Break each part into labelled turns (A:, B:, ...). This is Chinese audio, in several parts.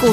A: 股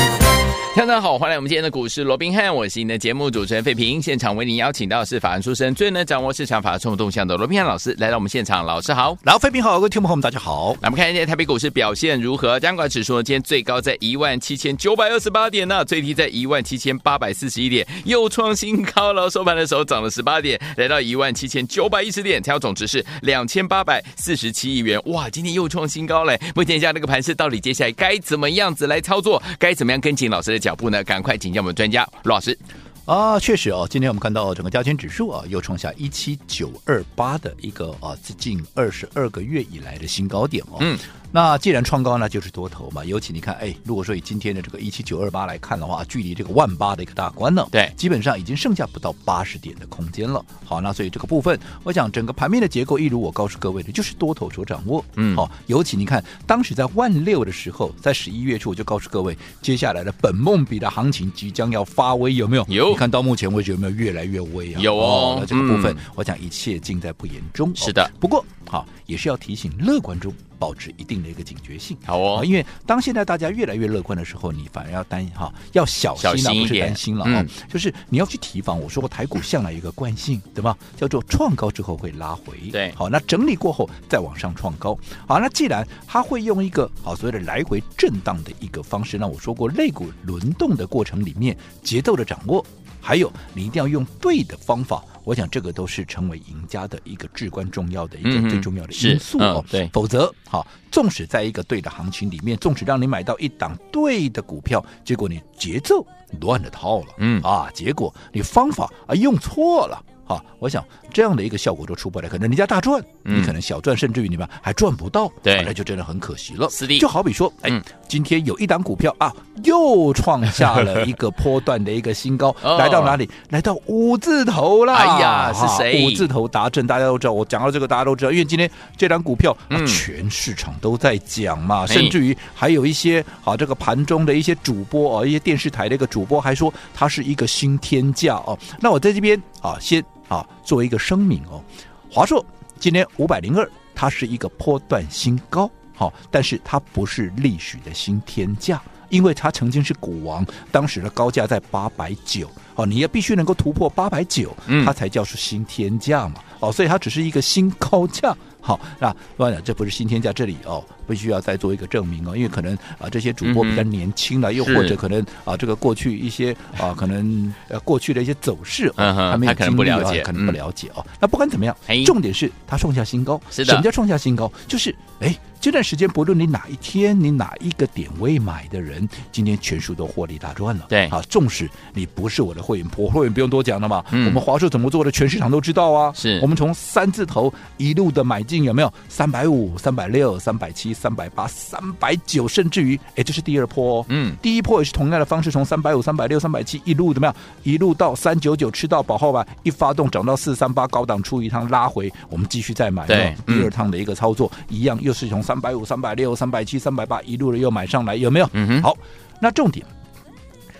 B: 大家好，欢迎来我们今天的股市罗宾汉，我是您的节目主持人费平。现场为您邀请到的是法案出身、最能掌握市场法律冲动向的罗宾汉老师来到我们现场，老师好。
C: 然后，飞平好，各位听众朋友们，大家好。
B: 那我们看一下台北股市表现如何？加管指数呢，今天最高在一万七千九百二十八点呢、最低在一万七千八百四十一点，又创新高了。收盘的时候涨了十八点，来到一万七千九百一十点，成交总值是两千八百四十七亿元。哇，今天又创新高嘞！目前一下这个盘势到底接下来该怎么样子来操作？该怎么样跟紧老师的脚步呢？赶快请教我们专家罗老师。
C: 啊，确实哦，今天我们看到整个加权指数啊，又创下一七九二八的一个啊，自近二十二个月以来的新高点哦。
B: 嗯，
C: 那既然创高呢，就是多头嘛。尤其你看，哎，如果说以今天的这个一七九二八来看的话，距离这个万八的一个大关呢，
B: 对
C: 基本上已经剩下不到八十点的空间了。好，那所以这个部分，我想整个盘面的结构，一如我告诉各位的，就是多头所掌握。
B: 嗯
C: 好，尤其你看，当时在万六的时候，在十一月初我就告诉各位，接下来的本梦比的行情即将要发威，有没有？
B: 有
C: 你看到目前为止有没有越来越威啊？
B: 有哦
C: 那这个部分，
B: 嗯
C: 我想一切尽在不言中。哦
B: 是的
C: 不过好，也是要提醒乐观中保持一定的一个警觉性。
B: 好哦
C: 啊因为当现在大家越来越乐观的时候，你反而要担哈、要小心啊，
B: 小心一
C: 不是
B: 点
C: 担心了啊、
B: 嗯
C: 哦就是你要去提防。我说过台股向来有一个惯性，对吧？叫做创高之后会拉回，
B: 对
C: 好，那整理过后再往上创高。好，那既然它会用一个好所谓的来回震荡的一个方式，那我说过肋骨轮动的过程里面节奏的掌握，还有你一定要用对的方法。我想这个都是成为赢家的一个至关重要的一
B: 嗯
C: 个
B: 哼
C: 最重要的
B: 是
C: 因素哦
B: 嗯。对
C: 否则好，纵使在一个对的行情里面，纵使让你买到一档对的股票，结果你节奏乱了套了，
B: 嗯
C: 啊，结果你方法啊用错了。啊，我想这样的一个效果都出不来，可能人家大赚，
B: 嗯
C: 你可能小赚，甚至于你们还赚不到，
B: 对
C: 啊那就真的很可惜了。
B: 是的
C: 就好比说，哎，
B: 嗯
C: 今天有一档股票啊，又创下了一个波段的一个新高，
B: 哦
C: 来到哪里？来到五字头啦！
B: 哎呀
C: 哈
B: 是谁
C: 五字头达阵，大家都知道。我讲到这个，大家都知道，因为今天这档股票，啊
B: 嗯
C: 全市场都在讲嘛，甚至于还有一些啊，这个盘中的一些主播啊，一些电视台的一个主播还说它是一个新天价哦。那我在这边啊，先啊做一个声明哦，华硕今天五百零二，它是一个波段新高，好、但是它不是历史的新天价。因为它曾经是股王，当时的高价在八百九，哦，你也必须能够突破八百九，
B: 嗯
C: 它才叫是新天价嘛，哦，所以它只是一个新高价。好，那当然这不是新天价，这里哦必须要再做一个证明哦，因为可能啊这些主
B: 嗯
C: 播
B: 哼
C: 比较年轻了，又
B: 是
C: 或者可能啊这个过去一些啊可能呃过去的一些走势，哦
B: 嗯哼
C: 还没有
B: 他可能
C: 经历
B: 不了
C: 啊
B: 解
C: 可能不
B: 嗯
C: 了解哦。那不管怎么样
B: 嘿，
C: 重点是它创下新高。
B: 是的
C: 什么叫创下新高？就是哎，这段时间不论你哪一天、你哪一个点位买的人，今天全数都获利大赚了。
B: 对
C: 啊，纵使你不是我的会员，我会员不用多讲了嘛。
B: 嗯
C: 我们华硕怎么做的，全市场都知道啊。
B: 是
C: 我们从三字头一路的买进，有没有？三百五、三百六、三百七、三百八、三百九，甚至于哎，这是第二波哦。
B: 嗯
C: 第一波也是同样的方式，从三百五、三百六、三百七一路怎么样，一路到三九九吃到饱后吧，一发动涨到四三八，高档出一趟拉回，我们继续再买，
B: 对
C: 有没有
B: 嗯
C: 第二趟的一个操作一样，又是从三百五、三百六、三百七、三百八一路的又买上来，有没有？
B: 嗯哼，
C: 好，那重点，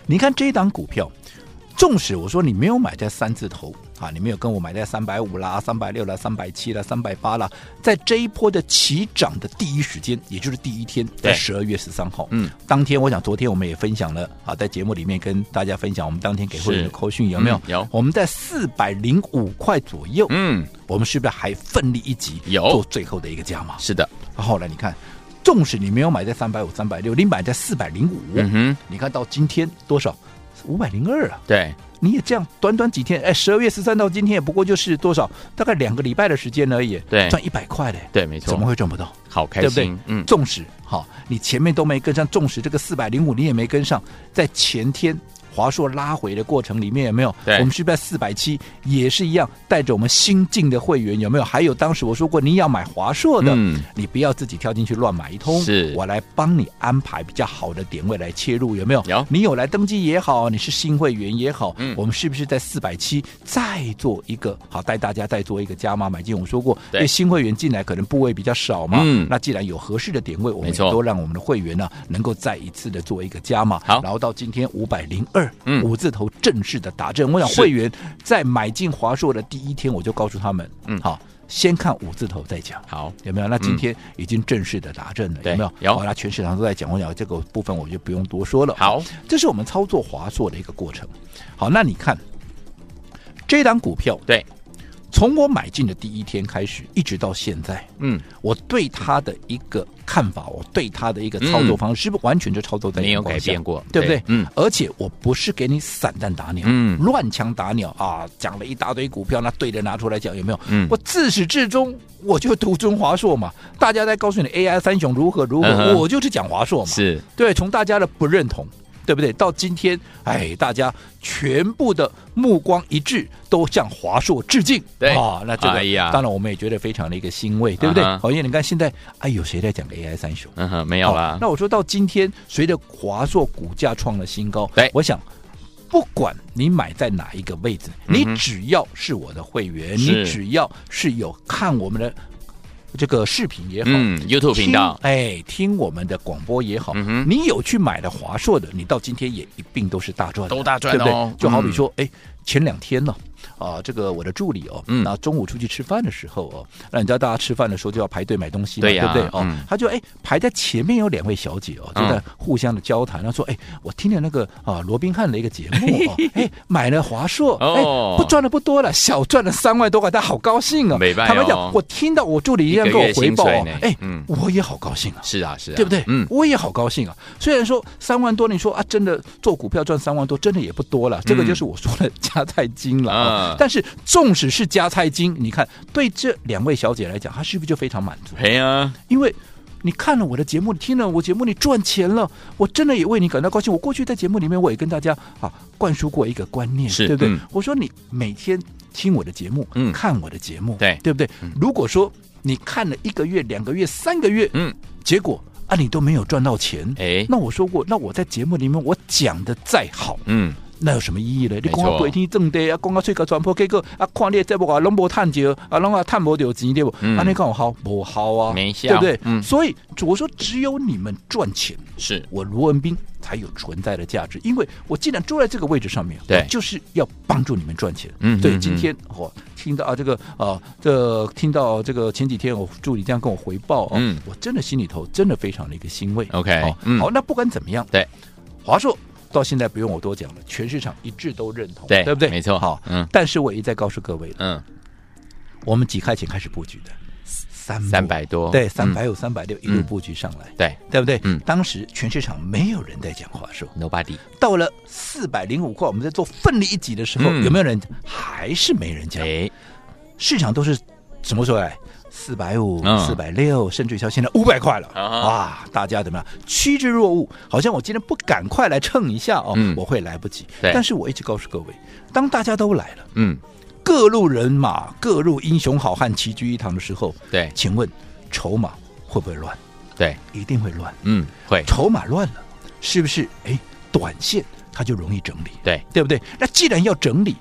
C: 你看这一档股票，纵使我说你没有买在三字头啊，你没有跟我买在三百五啦、三百六啦、三百七啦、三百八啦，在这一波的起涨的第一时间，也就是第一天，在
B: 对
C: 十二月十三号，
B: 嗯，
C: 当天我想昨天我们也分享了啊，在节目里面跟大家分享我们当天给会员
B: 是
C: 的扣讯有没有
B: 嗯？有
C: 我们在四百零五块左右，
B: 嗯，
C: 我们是不是还奋力一击，
B: 有
C: 做最后的一个加码？
B: 是的，
C: 后来你看，纵使你没有买在三百五、三百六，你买在四百零五，
B: 嗯哼，
C: 你看到今天多少？五百零二啊！
B: 对，
C: 你也这样短短几天，哎，十二月十三到今天也不过就是多少，大概两个礼拜的时间而已，
B: 对
C: 赚一百块嘞，
B: 对，没错
C: 怎么，会赚不到？
B: 好开
C: 对不对
B: 心，？嗯，
C: 纵使好，你前面都没跟上，纵使这个四百零五你也没跟上，在前天华硕拉回的过程里面有没有？
B: 对
C: 我们是不是在四百七也是一样，带着我们新进的会员有没有？还有当时我说过，你要买华硕的，
B: 嗯
C: 你不要自己跳进去乱买一通，
B: 是
C: 我来帮你安排比较好的点位来切入，有没有？
B: 有
C: 你有来登记也好，你是新会员也好，
B: 嗯
C: 我们是不是在四百七再做一个好带大家再做一个加码买进？我说过，
B: 对
C: 因为新会员进来可能部位比较少嘛，
B: 嗯
C: 那既然有合适的点位，我
B: 没
C: 们也
B: 错
C: 都让我们的会员呢、能够再一次的做一个加码，
B: 好
C: 然后到今天五百零二
B: 嗯，
C: 五字头正式的打正。我想
B: 是
C: 会员在买进华硕的第一天，我就告诉他们，
B: 嗯
C: 好，先看五字头再讲。
B: 好，
C: 有没有？那今天已经正式的达阵了，
B: 对
C: 有没有？
B: 有
C: 好那全市场都在讲，我讲这个部分我就不用多说了。
B: 好，
C: 这是我们操作华硕的一个过程。好，那你看这档股票，
B: 对，
C: 从我买进的第一天开始，一直到现在，
B: 嗯，
C: 我对它的一个看法，我对它的一个操作方式，是不是完全就操作在
B: 没有
C: 阳光
B: 改
C: 下
B: 变过
C: 对不
B: 对
C: 对？
B: 嗯，
C: 而且我不是给你散弹打鸟，
B: 嗯
C: 乱枪打鸟啊，讲了一大堆股票，那对着拿出来讲有没有？
B: 嗯
C: 我自始至终我就独尊华硕嘛，大家在告诉你 AI 三雄如何如何，
B: 嗯哼
C: 我就是讲华硕嘛，
B: 是
C: 对，从大家的不认同，对不对？到今天，哎，大家全部的目光一致，都向华硕致敬。
B: 对
C: 啊，那这个、
B: 哎呀
C: 当然我们也觉得非常的一个欣慰，对不对？
B: 啊哈
C: 好、因为你看现在，哎，有谁在讲 AI 三雄？
B: 嗯哼，没有
C: 好
B: 啦，
C: 那我说到今天，随着华硕股价创了新高，
B: 对
C: 我想。不管你买在哪一个位置，你
B: 嗯哼
C: 只要是我的会员，
B: 是
C: 你只要是有看我们的这个视频也好，
B: 嗯，YouTube 频道
C: 听哎，听我们的广播也好，
B: 嗯哼
C: 你有去买的华硕的，你到今天也一并都是大赚的，
B: 都大赚
C: 对不
B: 哦
C: 对？就好比
B: 嗯
C: 说，哎、前两天呢、啊，这个我的助理哦，
B: 嗯
C: 那中午出去吃饭的时候哦，那你知道大家吃饭的时候就要排队买东西嘛，
B: 对呀
C: 不对？哦，
B: 嗯
C: 他就哎排在前面有两位小姐哦，就在
B: 嗯
C: 互相的交谈，他说哎，我听了那个啊罗宾汉的一个节目 哦，哎买了华硕，哎
B: 哦
C: 不赚的不多了，小赚了三万多块，他好高兴哦
B: 没。办法
C: 坦白
B: 哦
C: 讲，我听到我助理一样
B: 一
C: 给
B: 个
C: 我
B: 月
C: 回报
B: 薪
C: 哦
B: 水呢，
C: 哎
B: 嗯，
C: 我也好高兴啊。
B: 是啊，是啊，
C: 对不对？
B: 嗯，
C: 我也好高兴啊。虽然说三万多，你说啊，真的做股票赚三万多，真的也不多了。这个就是我说的加菜金了、啊。
B: 嗯
C: 但是纵使是加菜金，你看对这两位小姐来讲，她是不是就非常满足？
B: 嘿啊，
C: 因为你看了我的节目，你听了我节目，你赚钱了，我真的也为你感到高兴。我过去在节目里面，我也跟大家啊灌输过一个观念，
B: 是
C: 对不对？
B: 嗯
C: 我说你每天听我的节目，
B: 嗯
C: 看我的节目，
B: 对嗯
C: 对不对？如果说你看了一个月、两个月、三个月，
B: 嗯，
C: 结果啊你都没有赚到钱，
B: 哎，
C: 那我说过，那我在节目里面我讲的再好，
B: 嗯，
C: 那有什么意义呢？你
B: 没错
C: 讲我白天正地啊，讲啊吹个传播结果啊，看你这不啊，拢无赚着啊，拢啊赚无着钱对不？
B: 嗯
C: 啊，你讲我好不好啊？
B: 没效
C: 对不对？
B: 嗯
C: 所以我说只有你们赚钱，
B: 是
C: 我罗文斌才有存在的价值，因为我既然坐在这个位置上面，
B: 对
C: 我就是要帮助你们赚钱。
B: 嗯
C: 对，
B: 嗯
C: 今天我、哦听到啊这个啊这听到这个前几天我哦助理这样跟我回报哦，
B: 嗯
C: 我真的心里头真的非常的一个欣慰。
B: OK，
C: 好、
B: 嗯
C: 好，那不管怎么样，
B: 对，
C: 华硕。到现在不用我多讲了，全市场一致都认同，
B: 对
C: 对不对？
B: 没错
C: 好，
B: 嗯
C: 但是我一再告诉各位了，
B: 嗯，
C: 我们几块钱开始布局的，三
B: 三百多，
C: 对，三
B: 嗯
C: 百五、三百六一路
B: 嗯
C: 布局上来，
B: 对
C: 对不对？
B: 嗯
C: 当时全市场没有人在讲华硕，
B: ，Nobody，
C: 到了四百零五块，我们在做奋力一击的时候，
B: 嗯
C: 有没有人？还是没人讲。
B: 哎，
C: 市场都是什么时候来？四百五、
B: 嗯
C: 四百六，甚至于到现在五百块了，
B: 啊哈
C: 哇！大家怎么样？趋之若鹜，好像我今天不赶快来蹭一下哦，
B: 嗯
C: 我会来不及。
B: 对
C: 但是我一直告诉各位，当大家都来了，
B: 嗯，
C: 各路人马、各路英雄好汉齐聚一堂的时候，
B: 对
C: 请问筹码会不会乱？
B: 对，
C: 一定会乱。
B: 嗯，会，
C: 筹码乱了，是不是？哎，短线它就容易整理，
B: 对，
C: 对不对？那既然要整理，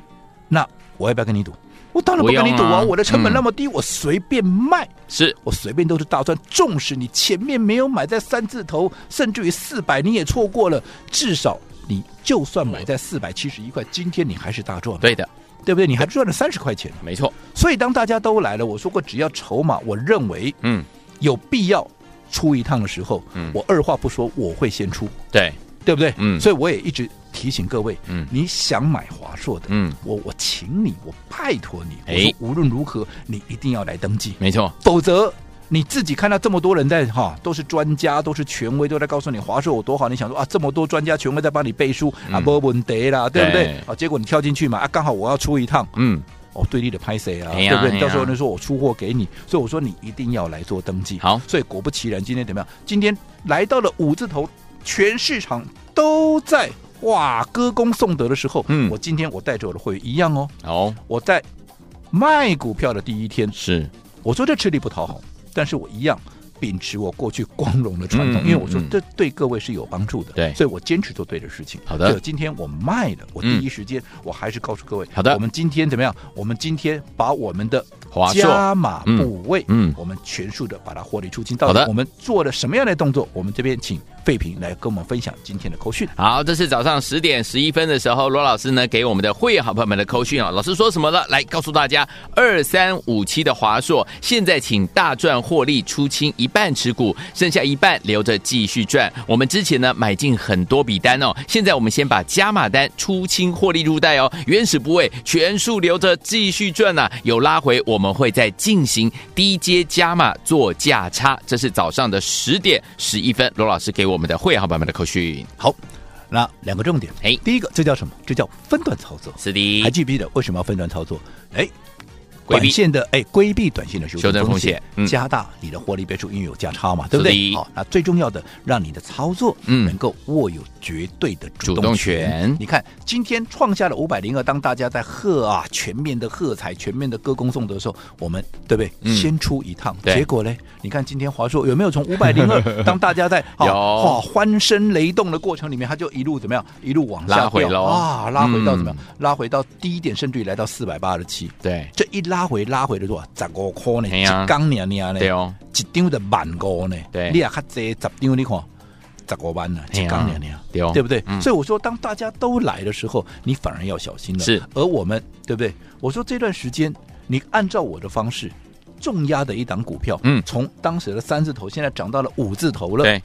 C: 那我要不要跟你赌？我当然不
B: 不
C: 跟你
B: 用
C: 赌啊！
B: 啊
C: 我的成本
B: 嗯
C: 那么低，我随便卖，
B: 是，
C: 我随便都是大赚。纵使你前面没有买在三字头，甚至于四百，你也错过了，至少你就算买在四百七十一块，今天你还是大赚嘛，
B: 嗯对的，
C: 对不对？你还赚了三十块钱。
B: 没错，
C: 所以当大家都来了，我说过，只要筹码，我认为
B: 嗯，
C: 有必要出一趟的时候，
B: 嗯
C: 我二话不说，我会先出。
B: 对，
C: 对不对？
B: 嗯
C: 所以我也一直提醒各位，
B: 嗯
C: 你想买华硕的，
B: 嗯，
C: 我我请你，我拜托你，
B: 哎
C: 我说无论如何，你一定要来登记，
B: 没错，
C: 否则。你自己看到这么多人在哈，都是专家，都是权威，都在告诉你华硕有多好。你想说啊，这么多专家权威在帮你背书、啊，
B: 嗯
C: 不问题啦，对不对？
B: 对
C: 啊，结果你跳进去嘛，啊，刚好我要出一趟，
B: 嗯，
C: 哦，对立的拍谁啊？
B: 哎呀
C: 对不对？
B: 哎呀
C: 到时候人说我出货给你，所以我说你一定要来做登记。
B: 好
C: 所以果不其然，今天怎么样？今天来到了五字头，全市场都在哇歌功颂德的时候，
B: 嗯
C: 我今天我带着我的会员一样哦，
B: 哦，
C: 我在卖股票的第一天，
B: 是
C: 我说这吃力不讨好，但是我一样。秉持我过去光荣的传统，
B: 嗯
C: 因为我说
B: 嗯嗯
C: 这对各位是有帮助的，
B: 对
C: 所以我坚持做对的事情。
B: 好的嗯
C: 所以今天我卖了，我第一时间我还是告诉各位，
B: 好的
C: 我们今天怎么样？我们今天把我们的
B: 华硕
C: 加码部位，
B: 嗯嗯
C: 我们全数的把它获利出清。
B: 好
C: 到
B: 的
C: 底我们做了什么样的动作？我们这边请费平来跟我们分享今天的口讯。
B: 好，这是早上十点十一分的时候，罗老师呢给我们的会员好朋友们的扣讯啊，老师说什么了？来告诉大家，二三五七的华硕现在请大赚获利出清一半持股，剩下一半留着继续赚。我们之前呢买进很多笔单哦，现在我们先把加码单出清获利入袋哦，原始部位全数留着继续赚呐、有拉回我们会再进行低阶加码做价差。这是早上的十点十一分，罗老师给我们的会员好朋友们的扣讯。
C: 好，那两个重点，
B: 哎
C: 第一个这叫什么？这叫分段操作。
B: 是的，
C: 还记不记得为什么要分段操作？哎，
B: 规避
C: 短线的哎，规避短线的
B: 修
C: 修
B: 正
C: 正
B: 风
C: 风
B: 险
C: 险，
B: 嗯
C: 加大你的获利倍数，因为有价差嘛，对不
B: 是
C: 对？
B: 的
C: 好，那最重要的，让你的操作
B: 嗯
C: 能够握有绝对的主
B: 主
C: 动
B: 动
C: 权。
B: 权
C: 你看，今天创下了五百零二，当大家在喝啊，全面的喝彩，全面的歌功颂德的时候，我们对不对？
B: 嗯
C: 先出一趟，
B: 对
C: 结果嘞，你看今天华硕有没有从五百零二， 当大家在
B: 有
C: 哇欢声雷动的过程里面，它就一路怎么样，一路往下
B: 拉回
C: 掉
B: 喽
C: 啊，拉回到怎么样？
B: 嗯
C: 拉回到低点，甚至于来到四百八十七。
B: 对，
C: 这一拉回拉回的多少？十五块呢？
B: 嘿呀
C: 一缸呢呢呢？
B: 对哦，
C: 一张的万五呢？
B: 对
C: 你也较济，十张你看。十五万呢，
B: 嘿
C: 一
B: 呀
C: 缸呢呢？
B: 对哦
C: 对不对？
B: 嗯
C: 所以我说，当大家都来的时候，你反而要小心了。
B: 是，
C: 而我们对不对？我说这段时间，你按照我的方式重压的一档股票，
B: 嗯
C: 从当时的三字头，现在涨到了五字头了，
B: 对，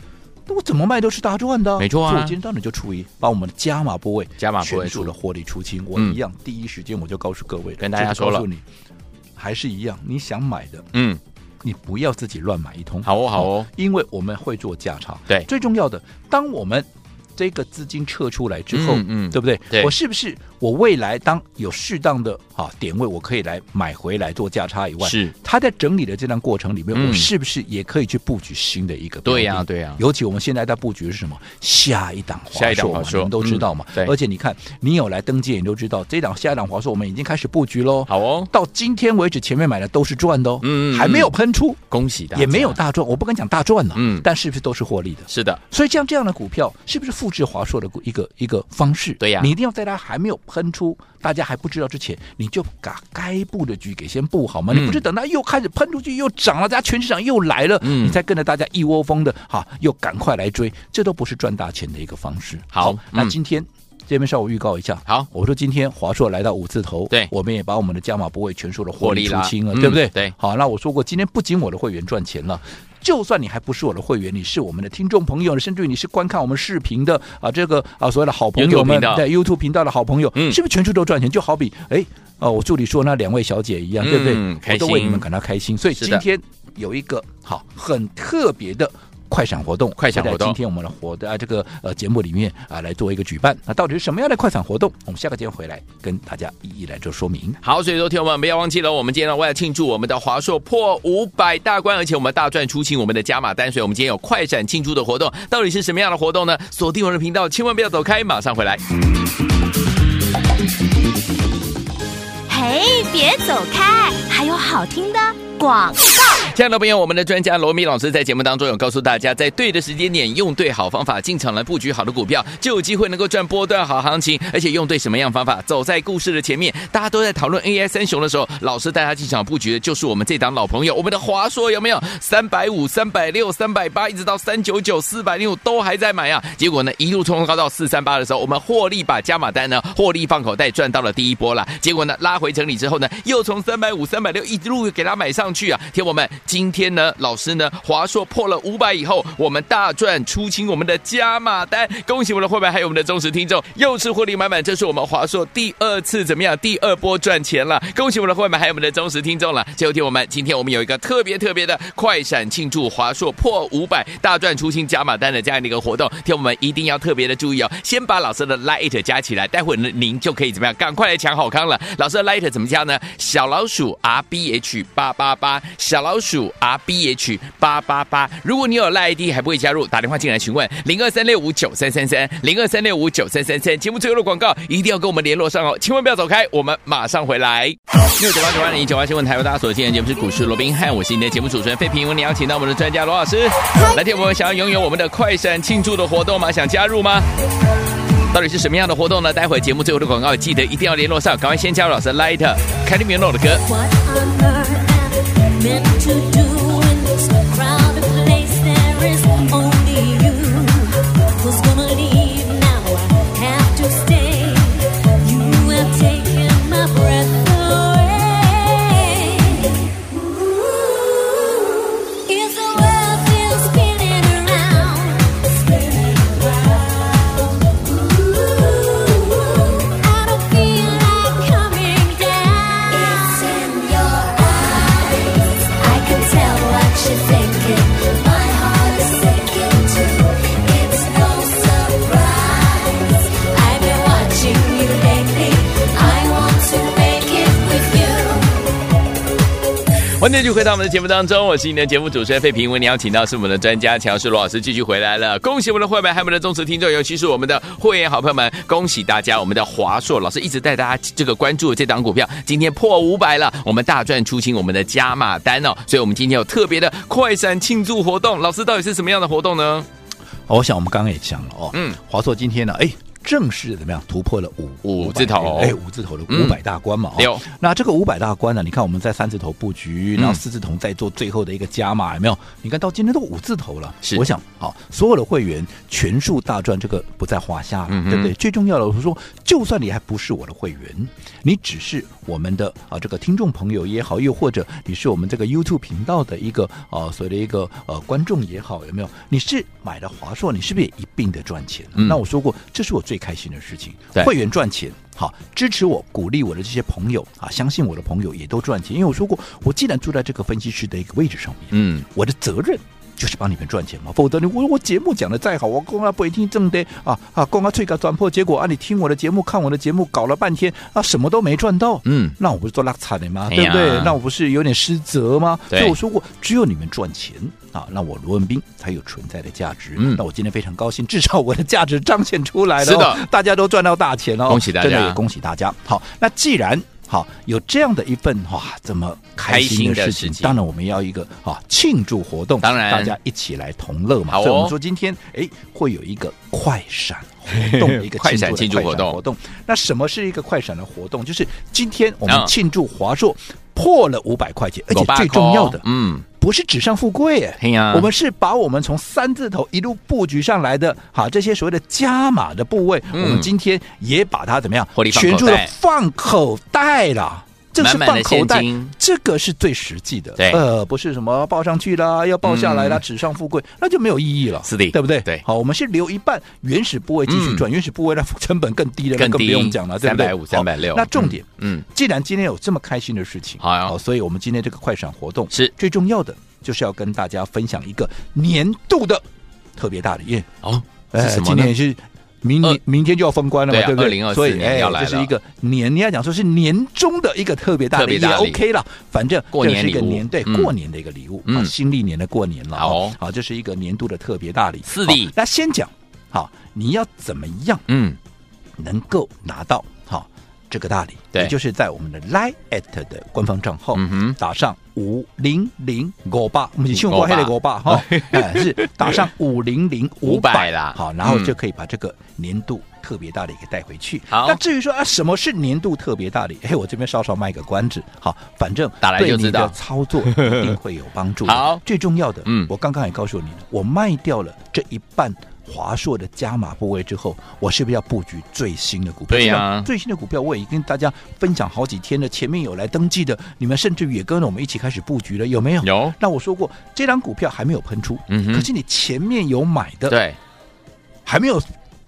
C: 那我怎么卖都是大赚的、
B: 没错啊
C: 所以我今天当然就出一，把我们的加码部位、
B: 加码部位
C: 全数的获利出清。我
B: 嗯
C: 一样，第一时间我就告诉各位了，
B: 跟大家
C: 就是
B: 说了
C: 告诉你还是一样，你想买的，
B: 嗯，
C: 你不要自己乱买一通。
B: 好哦，好哦，
C: 因为我们会做价差。
B: 对
C: 最重要的，当我们这个资金撤出来之后，
B: 嗯嗯
C: 对不对？
B: 对
C: 我是不是我未来当有适当的啊点位，我可以来买回来做价差以外，
B: 是
C: 它在整理的这段过程里面，
B: 嗯
C: 我是不是也可以去布局新的一个标的？
B: 对呀对呀
C: 尤其我们现在在布局的是什么？下一档华硕嘛，
B: 下一档华硕
C: 你们都知道嘛。
B: 嗯对
C: 而且你看，你有来登记，你都知道这档下一档华硕，我们已经开始布局喽。
B: 好哦，
C: 到今天为止，前面买的都是赚的哦，
B: 嗯嗯嗯
C: 还没有喷出，
B: 恭喜大家，
C: 也没有大赚，我不敢讲大赚呢、
B: 嗯
C: 但是不是都是获利的？
B: 是的，
C: 所以像这样的股票，是不是复制华硕的一个一个方式？
B: 对呀
C: 你一定要在它还没有喷出，大家还不知道之前，你就把该布的局给先布好吗？
B: 嗯
C: 你不是等它又开始喷出去又涨了，大家全市场又来了，
B: 嗯
C: 你再跟着大家一窝蜂的哈，又赶快来追，这都不是赚大钱的一个方式。
B: 好
C: 那
B: 嗯
C: 今天。这边稍微预告一下，
B: 好
C: 我说今天华硕来到五字头，
B: 对
C: 我们也把我们的加码部位全数的获
B: 获
C: 利
B: 利
C: 出
B: 啦
C: 清了，
B: 嗯
C: 对不对？
B: 对
C: 好，那我说过，今天不仅我的会员赚钱了。就算你还不是我的会员，你是我们的听众朋友，甚至于你是观看我们视频的啊，这个啊所谓的好朋
B: YouTube
C: 友
B: 频
C: 们，
B: 道
C: 在 YouTube 频道的好朋友，
B: 嗯
C: 是不是全数都赚钱？就好比哎，哦、我助理说那两位小姐一样，
B: 嗯
C: 对不
B: 开心
C: 对？我都为你们感到开心。所以
B: 是
C: 今
B: 的
C: 天有一个好很特别的。快闪活动，
B: 快闪活动
C: 会在今天我们的活的啊这个呃节目里面啊来做一个举办，那到底是什么样的快闪活动？我们下个节目回来跟大家一一来做说明。
B: 好，所以说，听友们不要忘记了，我们今天呢为了庆祝我们的华硕破五百大关，而且我们大赚出清我们的加码单，所以我们今天有快闪庆祝的活动，到底是什么样的活动呢？锁定我们的频道，千万不要走开，马上回来。
A: 嘿，别走开，还有好听的广。
B: 亲爱的朋友，我们的专家罗米老师在节目当中有告诉大家，在对的时间点用对好方法进场来布局好的股票，就有机会能够赚波段好行情。而且用对什么样方法，走在故事的前面。大家都在讨论 AI 三雄的时候，老师带他进场布局的就是我们这档老朋友，我们的华硕有没有？三百五、三百六、三百八，一直到三九九、四百六都还在买啊。结果呢，一路冲高到四三八的时候，我们获利把加码单呢获利放口袋赚到了第一波了。结果呢，拉回整理之后呢，又从三百五、三百六一路给它买上去啊。听我们，今天呢，老师呢，华硕破了五百以后，我们大赚出清我们的加码单，恭喜我们的会员还有我们的忠实听众，又是获利满满，这是我们华硕第二次怎么样？第二波赚钱了，恭喜我们的会员还有我们的忠实听众了。最后听我们，今天我们有一个特别特别的快闪庆祝华硕破五百大赚出清加码单的这样的一个活动，听我们一定要特别的注意哦，先把老师的 Light 加起来，待会呢您就可以怎么样？赶快来抢好康了。老师的 Light 怎么加呢？小老鼠 R B H 八八八，小老鼠。数 R B H 八八八。如果你有赖 ID 还不会加入，打电话进来询问零二三六五九三三三零二三六五九三三三。节目最后的广告一定要跟我们联络上哦，千万不要走开，我们马上回来。六九八九八零九八新闻台为大家所见的节目是股市罗宾汉，我是你的节目主持人费平，我们邀请到我们的专家罗老师。来天我们想要拥有我们的快闪庆祝的活动吗？想加入吗？到底是什么样的活动呢？待会节目最后的广告，记得一定要联络上，赶快先加入老师 Light 凯利米诺的歌。
D: What on earth am I meant to do in this crowded place? There is only you. Who's gonna leave now? I have to stay. You have taken my breath away. Is the world still spinning around? Spinning around. I don't feel like coming down. It's in your eyes. I can tell what you're thinking. My heart is sinking too. It's no surprise. I've been watching you lately. I want to make it with you.
B: 欢迎继续回到我们的节目当中，我是你的节目主持人费平。为你邀请到是我们的专家乔世罗老师继续回来了，恭喜我们的会员，还有我们的忠实听众，尤其是我们的会员好朋友们，恭喜大家！我们的华硕老师一直带大家这个关注的这档股票，今天破五百了，我们大赚出清我们的加码单哦，所以我们今天有特别的快闪庆祝活动，老师到底是什么样的活动呢？
C: 哦我想我们刚刚也讲了哦，
B: 嗯
C: 嗯，华硕今天呢，哎。正式怎么样突破了五
B: 五字头
C: 哎，五字头的
B: 嗯
C: 五百大关嘛、哦
B: 六
C: 那这个五百大关呢？你看我们在三字头布局，然后
B: 嗯
C: 四字头再做最后的一个加码，有没有？你看到今天都五字头了，
B: 是
C: 我想好，所有的会员全数大赚，这个不在话下了，
B: 嗯哼
C: 对不对？最重要的我是说，就算你还不是我的会员，你只是我们的啊这个听众朋友也好，又或者你是我们这个 YouTube 频道的一个呃所谓的一个呃观众也好，有没有？你是买了华硕，你是不是也一并的赚钱？
B: 嗯
C: 那我说过，这是我最开心的事情
B: 对，
C: 会员赚钱。好，支持我、鼓励我的这些朋友啊，相信我的朋友也都赚钱，因为我说过，我既然住在这个分析师的一个位置上面，
B: 嗯，
C: 我的责任就是帮你们赚钱嘛，否则你我我节目讲的再好，我公啊不一定这么的啊啊，公啊最高转破，结果啊你听我的节目看我的节目搞了半天啊什么都没赚到，
B: 嗯
C: 那我不是做拉惨的吗？
B: 哎
C: 对
B: 呀
C: 不对？那我不是有点失责吗？
B: 对
C: 所以我说过，只有你们赚钱啊，那我罗文斌才有存在的价值。
B: 嗯
C: 那我今天非常高兴，至少我的价值彰显出来了、哦
B: 是的，
C: 大家都赚到大钱哦，
B: 恭喜大家
C: 真的也恭喜大家。好，那既然好有这样的一份哇这么开心
B: 开心的
C: 的事
B: 事
C: 情，
B: 情
C: 当然我们要一个啊庆祝活动，
B: 当然
C: 大家一起来同乐嘛。
B: 好哦
C: 所以我们说今天哎会有一个快闪活 动的一个
B: 快闪庆祝
C: 庆
B: 活
C: 祝的快
B: 动
C: 活动。那什么是一个快闪的活动？就是今天我们
B: 嗯
C: 庆祝华硕破了五百块钱，而且最重要的
B: 嗯，
C: 不是纸上富贵耶。
B: 嘿呀
C: 我们是把我们从三字头一路布局上来的，哈，这些所谓的加码的部位，
B: 嗯
C: 我们今天也把它怎么样
B: 获利，放口
C: 全数的
B: 袋
C: 放口袋了。这个是
B: 满满
C: 放
B: 的
C: 口袋
B: 现金，
C: 这个是最实际的。
B: 对嗯
C: 呃，不是什么报上去啦，要报下来啦，纸上富贵，那就没有意义了。
B: 是的
C: 对不对？
B: 对嗯
C: 好，我们是留一半原始部位继续赚，原始部位那成本更低的，那
B: 更
C: 更
B: 低
C: 不用讲了，对不对？
B: 350
C: 好
B: 360
C: 那重点，
B: 嗯嗯
C: 既然今天有这么开心的事情，
B: 好呀
C: 所以我们今天这个快闪活动
B: 是
C: 最重要的，就是要跟大家分享一个年度的特别大礼，因为
B: 哦，是
C: 呃
B: 什么
C: 今
B: 呢
C: 年？也是明
B: 二
C: 年明天就要封关了嘛，
B: 对啊
C: 对不对？
B: 2024
C: 所以哎
B: 年要来了
C: 这是一个年，你要讲说是年终的一个特别大
B: 特
C: 的
B: 别
C: 也
B: 大礼
C: OK 了，反正
B: 过年
C: 这是一个
B: 礼物
C: 年对
B: 嗯
C: 过年的一个礼物，
B: 嗯
C: 啊新历年的过年了，
B: 好哦
C: 好，这是一个年度的特别大礼，
B: 是的
C: 好那先讲，好，你要怎么样
B: 嗯，
C: 能够拿到好这个大礼？
B: 对
C: 也就是在我们的 Line at 的官方账号，
B: 嗯哼
C: 打上五零零五八，我们去过
B: 五八
C: 黑的五 八哈，哎是打上五零零五
B: 500
C: 百
B: 啦
C: 好，然后
B: 嗯
C: 就可以把这个年度特别大礼给带回去。
B: 好
C: 那至于说啊，什么是年度特别大礼？哎，我这边稍稍卖个关子，好，反正
B: 打来就
C: 对你
B: 知道
C: 的操作一定会有帮助的。
B: 好
C: 最重要的，
B: 嗯
C: 我刚刚也告诉你了，我卖掉了这一半。华硕的加码部位之后，我是不是要布局最新的股票？
B: 对呀
C: 这档最新的股票我也跟大家分享好几天了，前面有来登记的，你们甚至于也跟着我们一起开始布局了，有没有？
B: 有
C: 那我说过，这张股票还没有喷出，
B: 嗯哼
C: 可是你前面有买的，，
B: 对
C: 还没有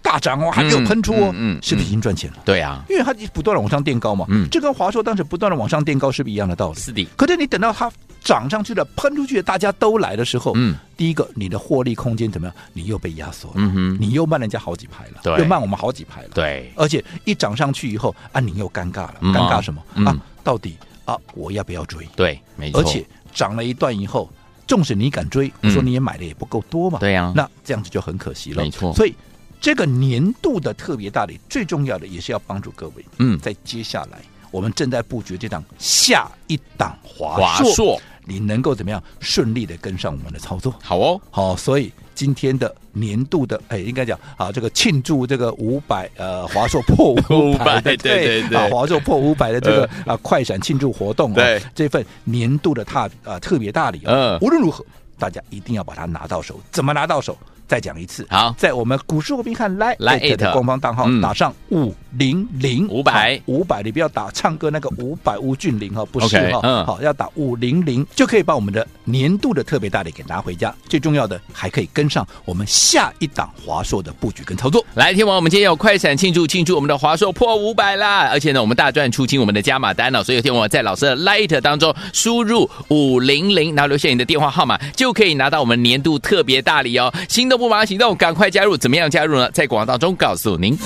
C: 大涨哦，还没有喷出哦，
B: 嗯嗯嗯
C: 是不是已经赚钱了？
B: 对啊，
C: 因为它不断的往上垫高嘛，
B: 嗯
C: 这跟华硕当时不断的往上垫高是不是一样的道理？
B: 是的，
C: 可是你等到它涨上去了，喷出去了，大家都来的时候，
B: 嗯，
C: 第一个你的获利空间怎么样？你又被压缩了，
B: 嗯哼
C: 你又慢人家好几拍了，
B: 对
C: 又慢我们好几拍了，
B: 对，
C: 而且一涨上去以后啊，你又尴尬了，
B: 嗯啊
C: 尴尬什么、
B: 嗯
C: 啊？到底啊，我要不要追？
B: 对，没错，
C: 而且涨了一段以后，纵使你敢追，我
B: 嗯
C: 说你也买的也不够多嘛。
B: 对啊呀
C: 那这样子就很可惜了。
B: 没错
C: 所以这个年度的特别大礼，最重要的也是要帮助各位，
B: 嗯
C: 在接下来我们正在布局这档下一档华
B: 华
C: 硕，
B: 硕，
C: 你能够怎么样顺利的跟上我们的操作？
B: 好哦，
C: 好、所以今天的年度的，哎，应该讲啊，这个庆祝这个五百呃华硕破五百
B: 500
C: 的，
B: 对对对
C: 啊，华硕破五百的这个啊快闪庆祝活动，
B: 对
C: 啊，这份年度的大啊特别大礼，
B: 嗯
C: 啊，无论如何，大家一定要把它拿到手，怎么拿到手？再讲一次，
B: 好
C: 在我们股市罗宾汉来
B: Line
C: 的官方账号
B: 嗯
C: 打上五零零
B: 500
C: 五百，你不要打唱歌那个五百吴俊霖哈，不是
B: OK，
C: 哈，
B: 嗯
C: 好。好，要打五零零就可以把我们的年度的特别大礼给拿回家。最重要的还可以跟上我们下一档华硕的布局跟操作。
B: 来，天王，我们今天有快闪庆祝庆祝我们的华硕破五百啦！而且呢，我们大赚出清我们的加码单哦了、所以天王在老师的 Light 当中输入五零零，然后留下你的电话号码，就可以拿到我们年度特别大礼哦！心动不马上行动，赶快加入！怎么样加入呢？在广告中告诉您。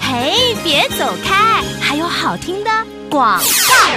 A: 嘿，别走开，还有好听的广。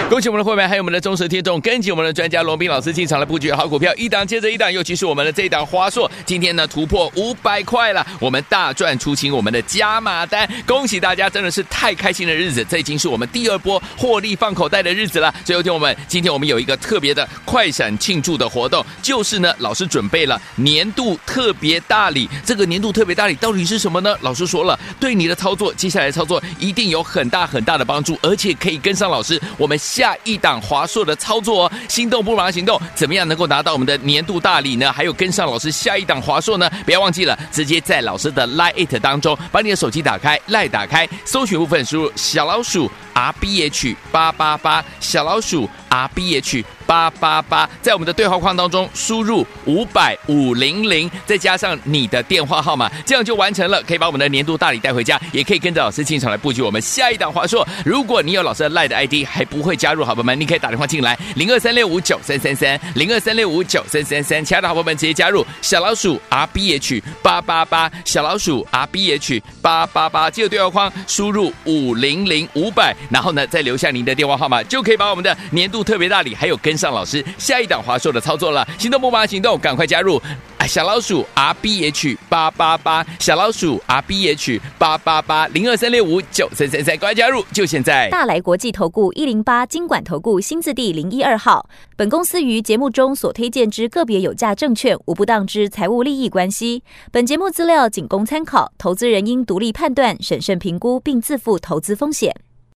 B: 恭喜我们的会员，还有我们的忠实听众，跟紧我们的专家罗斌老师进场来布局好股票，一档接着一档，尤其是我们的这一档华硕，今天呢突破五百块了，我们大赚出清我们的加码单，恭喜大家，真的是太开心的日子，这已经是我们第二波获利放口袋的日子了。所以，听我们，今天我们有一个特别的快闪庆祝的活动，就是呢，老师准备了年度特别大礼，这个年度特别大礼到底是什么呢？老师说了，对你的操作，接下来的操作一定有很大很大的帮助，而且可以跟上老师我们下一档华硕的操作哦。心动不如马上行动，怎么样能够拿到我们的年度大礼呢？还有跟上老师下一档华硕呢？不要忘记了，直接在老师的 Line It 当中，把你的手机打开，Line 打开，搜寻部分输入小老鼠 R B H 八八八，小老鼠 R B H。八八八，在我们的对话框当中输入五百五零零，再加上你的电话号码，这样就完成了，可以把我们的年度大礼带回家，也可以跟着老师进场来布局我们下一档华硕。如果你有老师的 Line 的 ID 还不会加入，好朋友们，你可以打电话进来零二三六五九三三三零二三六五九三三三，亲爱的好朋友们直接加入小老鼠 R B H 八八八，小老鼠 R B H 八八八，记得对话框输入五零零五百，然后呢再留下您的电话号码，就可以把我们的年度特别大礼，还有跟上老师下一档华硕的操作了。行动不马上行动，赶快加入！啊小老鼠 R B H 八八八，小老鼠 R B H 八八八零二三六五九三三三，赶快加入，就现在！
E: 大来国际投顾一零八金管投顾新字第零一二号。本公司于节目中所推荐之个别有价证券，无不当之财务利益关系。本节目资料仅供参考，投资人应独立判断、审慎评估，并自负投资风险。